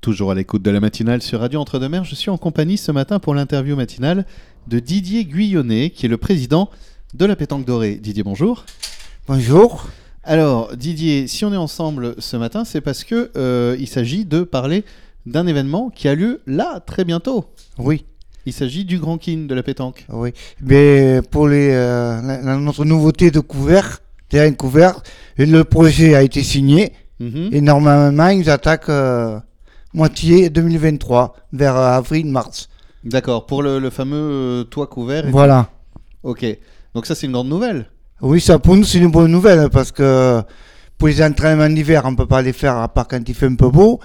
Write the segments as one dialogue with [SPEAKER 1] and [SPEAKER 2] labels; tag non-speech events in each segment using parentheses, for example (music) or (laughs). [SPEAKER 1] Toujours à l'écoute de la matinale sur Radio Entre-deux-Mers, je suis en compagnie ce matin pour l'interview matinale de Didier Guyonnet, qui est le président de la Pétanque Dorée. Didier, bonjour.
[SPEAKER 2] Bonjour.
[SPEAKER 1] Alors, Didier, si on est ensemble ce matin, c'est parce que euh, il s'agit de parler d'un événement qui a lieu là, très bientôt.
[SPEAKER 2] Oui,
[SPEAKER 1] Il s'agit du Grand Kin de la Pétanque.
[SPEAKER 2] oui. Mais pour les, euh, la- la- notre nouveauté de couvert, terrain couvert, le projet a été signé
[SPEAKER 1] Mhm.
[SPEAKER 2] et normalement ils attaquent euh, moitié 2023, vers euh, avril-mars.
[SPEAKER 1] D'accord, pour le, le fameux euh, toit couvert. et-
[SPEAKER 2] Voilà.
[SPEAKER 1] Ok, donc ça c'est une grande nouvelle.
[SPEAKER 2] Oui, ça pour nous c'est une bonne nouvelle hein, parce que pour les entraînements d'hiver on peut pas les faire à part quand il fait un peu beau,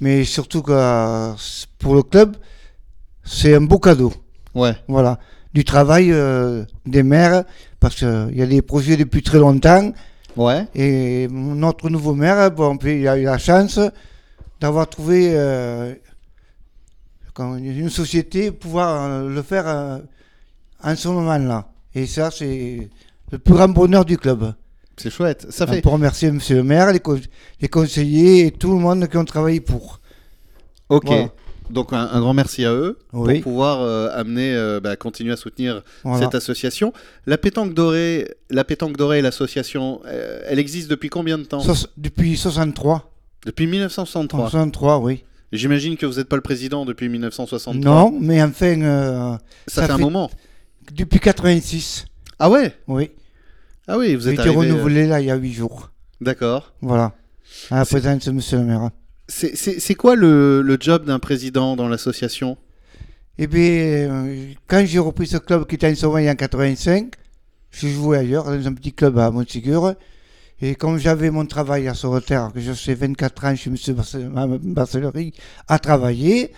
[SPEAKER 2] mais surtout que euh, pour le club c'est un beau cadeau.
[SPEAKER 1] Ouais,
[SPEAKER 2] Voilà, du travail euh, des maires, parce qu'il y a des projets depuis très longtemps,
[SPEAKER 1] ouais,
[SPEAKER 2] et notre nouveau maire, bon, puis il a eu la chance d'avoir trouvé euh, comment dire, une société pour pouvoir euh, le faire euh, en ce moment-là. Et ça, c'est le plus grand bonheur du club.
[SPEAKER 1] c'est chouette. Ça fait.
[SPEAKER 2] Pour remercier monsieur le maire, les, co- les conseillers et tout le monde qui ont travaillé pour.
[SPEAKER 1] Ok.
[SPEAKER 2] Voilà.
[SPEAKER 1] Donc un, un grand merci à eux
[SPEAKER 2] Oui.
[SPEAKER 1] pour pouvoir euh, amener, euh, bah, continuer à soutenir
[SPEAKER 2] Voilà.
[SPEAKER 1] cette association. La pétanque dorée, la pétanque dorée, l'association, euh, elle existe depuis combien de temps
[SPEAKER 2] Soix- depuis 63.
[SPEAKER 1] Depuis 1963.
[SPEAKER 2] 63, oui.
[SPEAKER 1] J'imagine que vous n'êtes pas le président depuis 1963.
[SPEAKER 2] Non, mais enfin, euh,
[SPEAKER 1] ça,
[SPEAKER 2] ça
[SPEAKER 1] fait un
[SPEAKER 2] fait-
[SPEAKER 1] moment.
[SPEAKER 2] depuis 86.
[SPEAKER 1] Ah ouais
[SPEAKER 2] Oui,
[SPEAKER 1] Ah oui, vous êtes
[SPEAKER 2] j'ai été
[SPEAKER 1] arrivé. euh,
[SPEAKER 2] renouvelé là il y a huit jours.
[SPEAKER 1] D'accord.
[SPEAKER 2] Voilà. À la
[SPEAKER 1] C'est-
[SPEAKER 2] présence de monsieur le maire.
[SPEAKER 1] C'est- C'est c'est quoi le, le job d'un président dans l'association
[SPEAKER 2] Et bien, euh, quand j'ai repris ce club qui était en sommeil en 85, je jouais ailleurs, dans un petit club à Montségur. Et comme j'avais mon travail à Sauveterre, que je fais 24 ans chez monsieur Barce- ma- ma- Barcellerie, à travailler,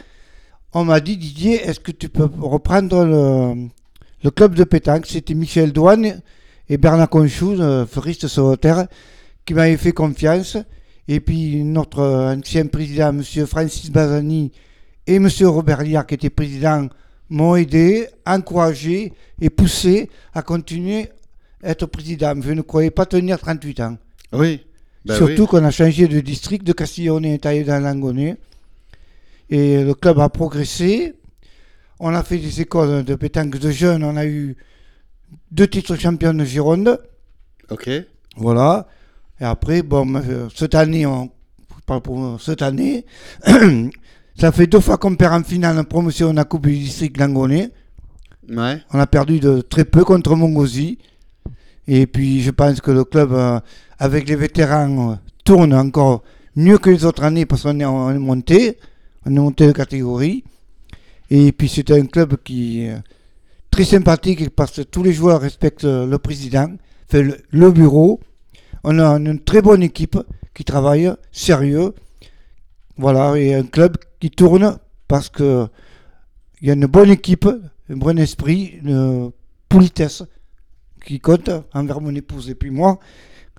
[SPEAKER 2] on m'a dit Didier, est-ce que tu peux reprendre le, le club de pétanque C'était Michel Douane et Bernard Conchou, le fleuriste de Sauveterre, qui m'avaient fait confiance. Et puis notre ancien président, monsieur Francis Bazani, et M. Robert Liard, qui était président, m'ont aidé, encouragé et poussé à continuer à être président. Je ne croyais pas tenir 38 ans.
[SPEAKER 1] Oui. Bah
[SPEAKER 2] Surtout
[SPEAKER 1] oui.
[SPEAKER 2] qu'on a changé de district, de Castillon est allé dans Langonnet. Et le club a progressé. On a fait des écoles de pétanque de jeunes. On a eu deux titres champions de Gironde.
[SPEAKER 1] Ok.
[SPEAKER 2] Voilà. Et après, bon, euh, cette année, on je parle pour moi, cette année, (clears throat) ça fait deux fois qu'on perd en finale en promotion de la Coupe du district Langonnet.
[SPEAKER 1] Ouais.
[SPEAKER 2] On a perdu de très peu contre Montgauzy. Et puis, je pense que le club, euh, avec les vétérans, euh, tourne encore mieux que les autres années parce qu'on est, on est monté. On est monté de catégorie. Et puis, c'est un club qui est très sympathique parce que tous les joueurs respectent le président, fait le, le bureau. On a une très bonne équipe qui travaille, sérieux. Voilà, et un club qui tourne parce que il y a une bonne équipe, un bon esprit, une politesse qui compte envers mon épouse et puis moi.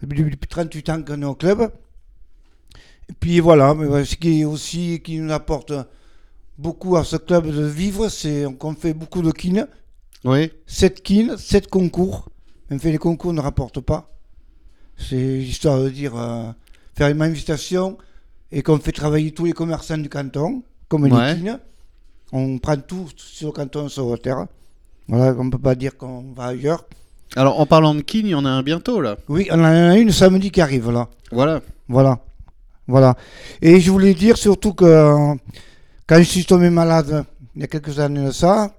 [SPEAKER 2] Depuis depuis 38 ans qu'on est au club. Et puis voilà, mais voilà, ce qui est aussi qui nous apporte beaucoup à ce club de vivre, c'est qu'on fait beaucoup de kin.
[SPEAKER 1] Oui.
[SPEAKER 2] 7 kin, 7 concours. Même fait les concours ne rapportent pas. C'est histoire de dire euh, faire une manifestation et qu'on fait travailler tous les commerçants du canton, comme une
[SPEAKER 1] Ouais.
[SPEAKER 2] quine. On prend tout sur le canton sur terre. Voilà, on ne peut pas dire qu'on va ailleurs.
[SPEAKER 1] Alors en parlant de Kin, il y en a un bientôt là.
[SPEAKER 2] Oui, on en a une samedi qui arrive là.
[SPEAKER 1] Voilà.
[SPEAKER 2] Voilà. Voilà. Et je voulais dire surtout que euh, quand je suis tombé malade il y a quelques années de ça,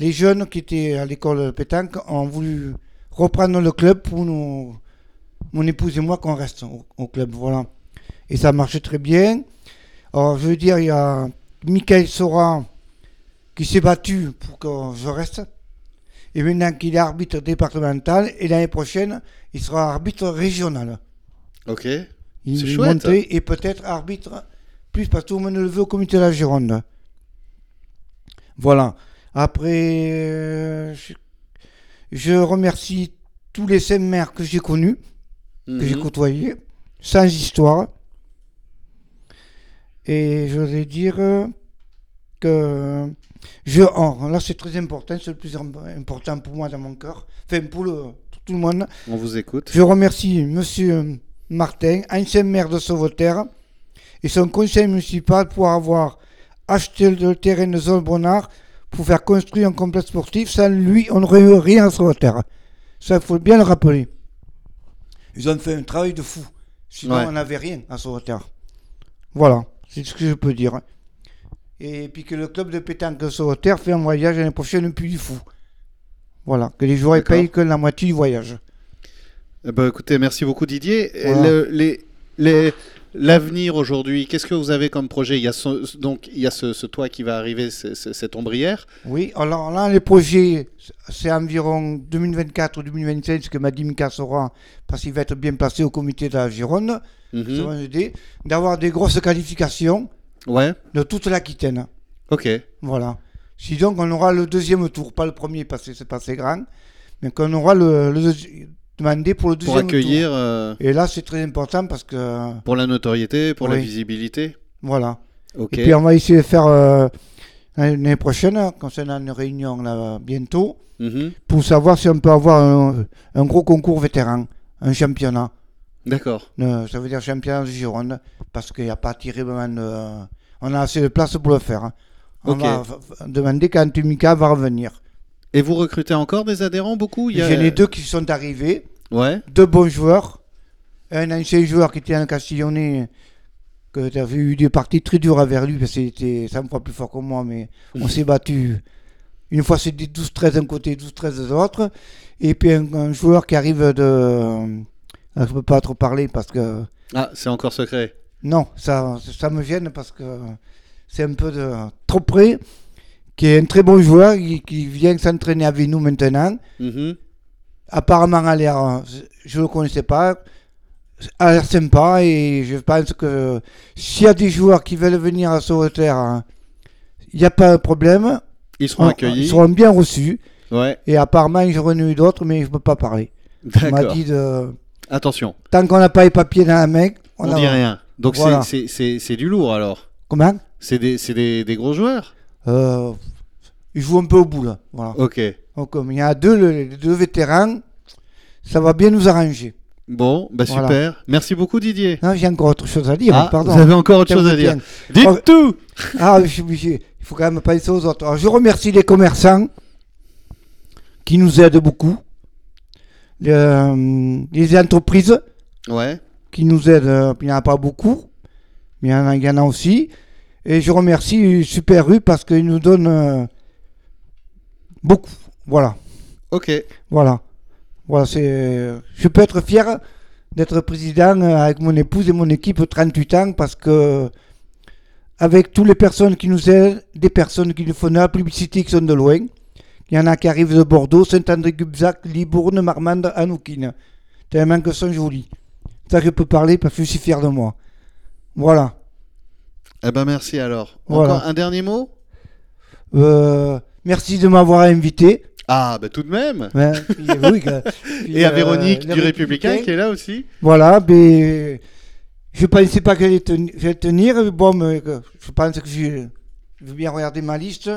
[SPEAKER 2] les jeunes qui étaient à l'école de pétanque ont voulu reprendre le club pour nous, mon épouse et moi, qu'on reste au, au club. Voilà. Et ça marchait très bien. Alors, je veux dire, il y a Michael Sora qui s'est battu pour que je reste. Et maintenant qu'il est arbitre départemental, et l'année prochaine, il sera arbitre régional.
[SPEAKER 1] Ok. C'est
[SPEAKER 2] Il est
[SPEAKER 1] chouette. hein.
[SPEAKER 2] monté et peut-être arbitre plus parce que tout le monde le veut au comité de la Gironde. Voilà. Après, euh, je, je remercie tous les cinq maires que j'ai connus, que j'ai
[SPEAKER 1] Mhm.
[SPEAKER 2] côtoyés, sans histoire. Et je voudrais dire euh, que je, oh, là c'est très important, c'est le plus im- important pour moi dans mon cœur, enfin pour le- tout le monde.
[SPEAKER 1] On vous écoute.
[SPEAKER 2] Je remercie Monsieur Martin, ancien maire de Sauveterre, et son conseil municipal pour avoir acheté le terrain de zone Bonnard pour faire construire un complexe sportif. Sans lui, on n'aurait eu rien sur la terre. Ça, il faut bien le rappeler. Ils ont fait un travail de fou. Sinon,
[SPEAKER 1] Ouais.
[SPEAKER 2] on n'avait rien à sur la terre. Voilà, c'est ce que je peux dire. Et puis que le club de pétanque sur la terre fait un voyage l'année prochaine au Puy du Fou. Voilà, que les joueurs ils
[SPEAKER 1] D'accord.
[SPEAKER 2] payent que la moitié du voyage.
[SPEAKER 1] Eh ben, écoutez, merci beaucoup Didier. Et
[SPEAKER 2] Voilà.
[SPEAKER 1] le- les- les- L'avenir aujourd'hui, qu'est-ce que vous avez comme projet Il y a, ce, donc, il y a ce, ce toit qui va arriver, c'est- c'est- cette ombrière.
[SPEAKER 2] Oui, alors là, les projets, c'est environ 2024 ou 2025, ce que m'a dit Mika Soran, parce qu'il va être bien placé au comité de la Gironde,
[SPEAKER 1] Mhm.
[SPEAKER 2] ça va nous aider, d'avoir des grosses qualifications
[SPEAKER 1] Ouais,
[SPEAKER 2] de toute l'Aquitaine.
[SPEAKER 1] ok.
[SPEAKER 2] Voilà. Si donc on aura le deuxième tour, pas le premier, parce que c'est pas assez grand, mais qu'on aura le, le deuxi- demandé pour le
[SPEAKER 1] Pour
[SPEAKER 2] deuxième
[SPEAKER 1] accueillir, euh,
[SPEAKER 2] tour. Et là, c'est très important parce que, euh,
[SPEAKER 1] pour la notoriété, pour la
[SPEAKER 2] Oui.
[SPEAKER 1] visibilité.
[SPEAKER 2] voilà.
[SPEAKER 1] Ok.
[SPEAKER 2] Et puis on va essayer de faire euh, l'année prochaine, quand on a une réunion là, bientôt,
[SPEAKER 1] Mhm.
[SPEAKER 2] pour savoir si on peut avoir un, un gros concours vétéran, un championnat.
[SPEAKER 1] D'accord.
[SPEAKER 2] Euh, ça veut dire championnat de Gironde, parce qu'il n'y a pas tiré vraiment de- On a assez de place pour le faire. hein. On
[SPEAKER 1] Ok.
[SPEAKER 2] va f- f- demander quand Tumika va revenir.
[SPEAKER 1] Et vous recrutez encore des adhérents beaucoup Il y a-
[SPEAKER 2] J'ai les deux qui sont arrivés,
[SPEAKER 1] Ouais,
[SPEAKER 2] deux bons joueurs. Un ancien joueur qui était un Castellonnet, que j'avais eu des parties très dures avec lui, parce qu'il était 100 fois plus fort que moi, mais on s'est battu. Une fois c'était 12-13 d'un côté, 12-13 de l'autre. Et puis un, un joueur qui arrive de. Ah, Je peux pas trop parler parce que.
[SPEAKER 1] ah, c'est encore secret.
[SPEAKER 2] Non, ça, ça me gêne parce que c'est un peu de trop près. Qui est un très bon joueur, qui, qui vient s'entraîner avec nous maintenant.
[SPEAKER 1] Mhm.
[SPEAKER 2] Apparemment, à l'air, hein, je ne le connaissais pas, a l'air sympa et je pense que s'il y a des joueurs qui veulent venir à Sauveterre, hein, il n'y a pas de problème.
[SPEAKER 1] Ils seront
[SPEAKER 2] On-
[SPEAKER 1] accueillis.
[SPEAKER 2] Ah, Ils seront bien reçus.
[SPEAKER 1] Ouais,
[SPEAKER 2] Et apparemment, ils auraient eu d'autres, mais je ne peux pas parler. On m'a
[SPEAKER 1] d'accord.
[SPEAKER 2] dit de...
[SPEAKER 1] Attention,
[SPEAKER 2] Tant qu'on n'a pas les papiers dans la main,
[SPEAKER 1] on,
[SPEAKER 2] a-
[SPEAKER 1] dit rien. Donc c'est-
[SPEAKER 2] Voilà.
[SPEAKER 1] c'est- c'est c'est du lourd alors.
[SPEAKER 2] Comment
[SPEAKER 1] C'est des, c'est des, des gros joueurs
[SPEAKER 2] Euh, Ils jouent un peu au bout, là. Voilà.
[SPEAKER 1] Ok.
[SPEAKER 2] Donc, comme il y a deux, le- les deux vétérans, ça va bien nous arranger.
[SPEAKER 1] Bon, bah
[SPEAKER 2] Voilà.
[SPEAKER 1] super. Merci beaucoup Didier.
[SPEAKER 2] Non, j'ai encore autre chose à dire, hein,
[SPEAKER 1] Ah,
[SPEAKER 2] pardon.
[SPEAKER 1] vous avez encore autre chose à
[SPEAKER 2] Tiens,
[SPEAKER 1] dire. Dites
[SPEAKER 2] Oh.
[SPEAKER 1] tout
[SPEAKER 2] Ah, je suis obligé. Il faut quand même penser aux autres. Alors, je remercie les commerçants qui nous aident beaucoup, Le- les entreprises
[SPEAKER 1] Ouais,
[SPEAKER 2] qui nous aident. euh, Il n'y en a pas beaucoup, mais il y en a, il y en a aussi. Et je remercie Super U parce qu'ils nous donnent euh, beaucoup. Voilà,
[SPEAKER 1] ok. Eh
[SPEAKER 2] voilà. voilà c'est... Je peux être fier d'être président euh, avec mon épouse et mon équipe 38 ans parce que avec toutes les personnes qui nous aident, des personnes qui nous font de la publicité qui sont de loin, il y en a qui arrivent de Bordeaux, Saint-André-Gubzac, Libourne, Marmande, Anoukine. Tellement que sont jolis. Ça je peux parler parce que je suis fier de moi. Voilà.
[SPEAKER 1] Eh ben merci alors.
[SPEAKER 2] Voilà.
[SPEAKER 1] Encore un dernier mot
[SPEAKER 2] Euh, merci de m'avoir invité.
[SPEAKER 1] Ah, bah tout de même
[SPEAKER 2] Hein, puis, euh, oui,
[SPEAKER 1] (laughs)
[SPEAKER 2] que- puis,
[SPEAKER 1] Et à
[SPEAKER 2] euh,
[SPEAKER 1] Véronique
[SPEAKER 2] les
[SPEAKER 1] du Républicain
[SPEAKER 2] Républicains.
[SPEAKER 1] qui est là aussi
[SPEAKER 2] Voilà, mais je pensais pas qu'elle allait teni- qu'elle tenir. mais Bon, mais que- je pense que j'ai je vais bien regarder ma liste.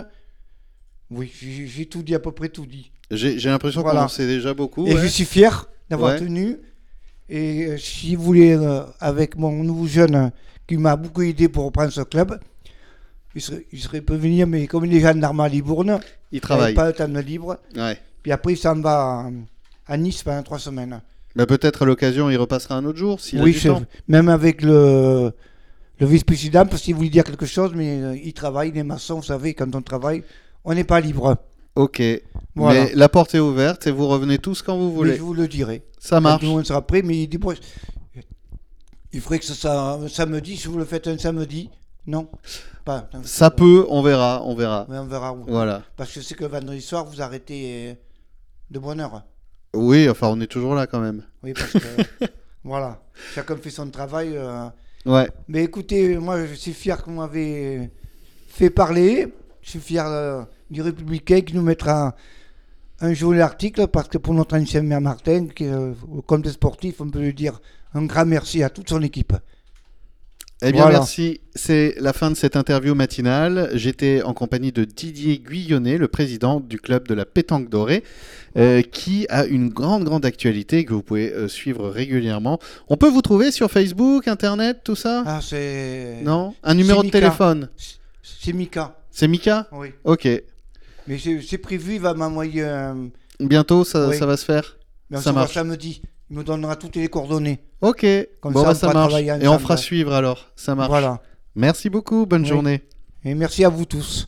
[SPEAKER 2] Oui, j'ai j'ai tout dit, à peu près tout dit.
[SPEAKER 1] J'ai j'ai l'impression
[SPEAKER 2] Voilà.
[SPEAKER 1] qu'on en sait déjà beaucoup.
[SPEAKER 2] Et
[SPEAKER 1] ouais.
[SPEAKER 2] je suis fier d'avoir
[SPEAKER 1] Ouais.
[SPEAKER 2] tenu. Et euh, si vous voulez, euh, avec mon nouveau jeune euh, qui m'a beaucoup aidé pour reprendre ce club, il serait, il serait peut venir, mais comme il est gendarme à Libourne,
[SPEAKER 1] Il
[SPEAKER 2] il n'avait
[SPEAKER 1] travaille.
[SPEAKER 2] pas le temps de libre.
[SPEAKER 1] Ouais.
[SPEAKER 2] Puis après, il s'en va à, à Nice pendant trois semaines.
[SPEAKER 1] Bah, Peut-être à l'occasion, il repassera un autre jour s'il a
[SPEAKER 2] oui,
[SPEAKER 1] du
[SPEAKER 2] c'est-
[SPEAKER 1] temps.
[SPEAKER 2] même avec le, le vice-président, parce qu'il voulait dire quelque chose, mais euh, il travaille, les maçons, vous savez, quand on travaille, on n'est pas libre.
[SPEAKER 1] Ok.
[SPEAKER 2] Voilà.
[SPEAKER 1] Mais la porte est ouverte et vous revenez tous quand vous
[SPEAKER 2] Mais
[SPEAKER 1] voulez.
[SPEAKER 2] je vous le dirai.
[SPEAKER 1] Ça marche.
[SPEAKER 2] Tout le monde sera prêt, mais il dit bon, il faudrait que ce soit un samedi, si vous le faites un samedi, non Pas.
[SPEAKER 1] Ça peut, on verra, on verra.
[SPEAKER 2] Mais on verra où.
[SPEAKER 1] Voilà.
[SPEAKER 2] Parce que c'est que vendredi soir, vous arrêtez euh, de bonne heure.
[SPEAKER 1] Oui, enfin, on est toujours là quand même.
[SPEAKER 2] Oui,
[SPEAKER 1] (laughs)
[SPEAKER 2] parce que. voilà. Chacun fait son travail. euh,
[SPEAKER 1] Ouais.
[SPEAKER 2] Mais écoutez, moi je suis fier que vous m'avez fait parler. Je suis fier euh, du Républicain qui nous mettra un, jour l'article parce que pour notre ancien maire Martin, qui est euh, au comité sportif, on peut lui dire un grand merci à toute son équipe.
[SPEAKER 1] Eh bien,
[SPEAKER 2] Voilà.
[SPEAKER 1] merci. C'est la fin de cette interview matinale. J'étais en compagnie de Didier Guyonnet, le président du club de la pétanque dorée, euh, qui a une grande, grande actualité que vous pouvez euh, suivre régulièrement. On peut vous trouver sur Facebook, Internet, tout ça
[SPEAKER 2] Ah, c'est.
[SPEAKER 1] Non Un numéro de
[SPEAKER 2] Mika.
[SPEAKER 1] téléphone
[SPEAKER 2] C'est Mika,
[SPEAKER 1] C'est Mika
[SPEAKER 2] oui.
[SPEAKER 1] Ok.
[SPEAKER 2] Mais c'est c'est prévu, il va m'envoyer un.
[SPEAKER 1] Bientôt, ça,
[SPEAKER 2] Oui.
[SPEAKER 1] ça va se faire
[SPEAKER 2] Mais on
[SPEAKER 1] Ça
[SPEAKER 2] se voit
[SPEAKER 1] marche.
[SPEAKER 2] samedi. Il me donnera toutes les coordonnées.
[SPEAKER 1] Ok.
[SPEAKER 2] Comme
[SPEAKER 1] bon,
[SPEAKER 2] ça,
[SPEAKER 1] bah,
[SPEAKER 2] on
[SPEAKER 1] ça
[SPEAKER 2] pourra
[SPEAKER 1] marche.
[SPEAKER 2] travailler
[SPEAKER 1] Et on
[SPEAKER 2] ensemble.
[SPEAKER 1] fera suivre alors. Ça marche.
[SPEAKER 2] Voilà.
[SPEAKER 1] Merci beaucoup. Bonne
[SPEAKER 2] Oui.
[SPEAKER 1] journée.
[SPEAKER 2] Et merci à vous tous.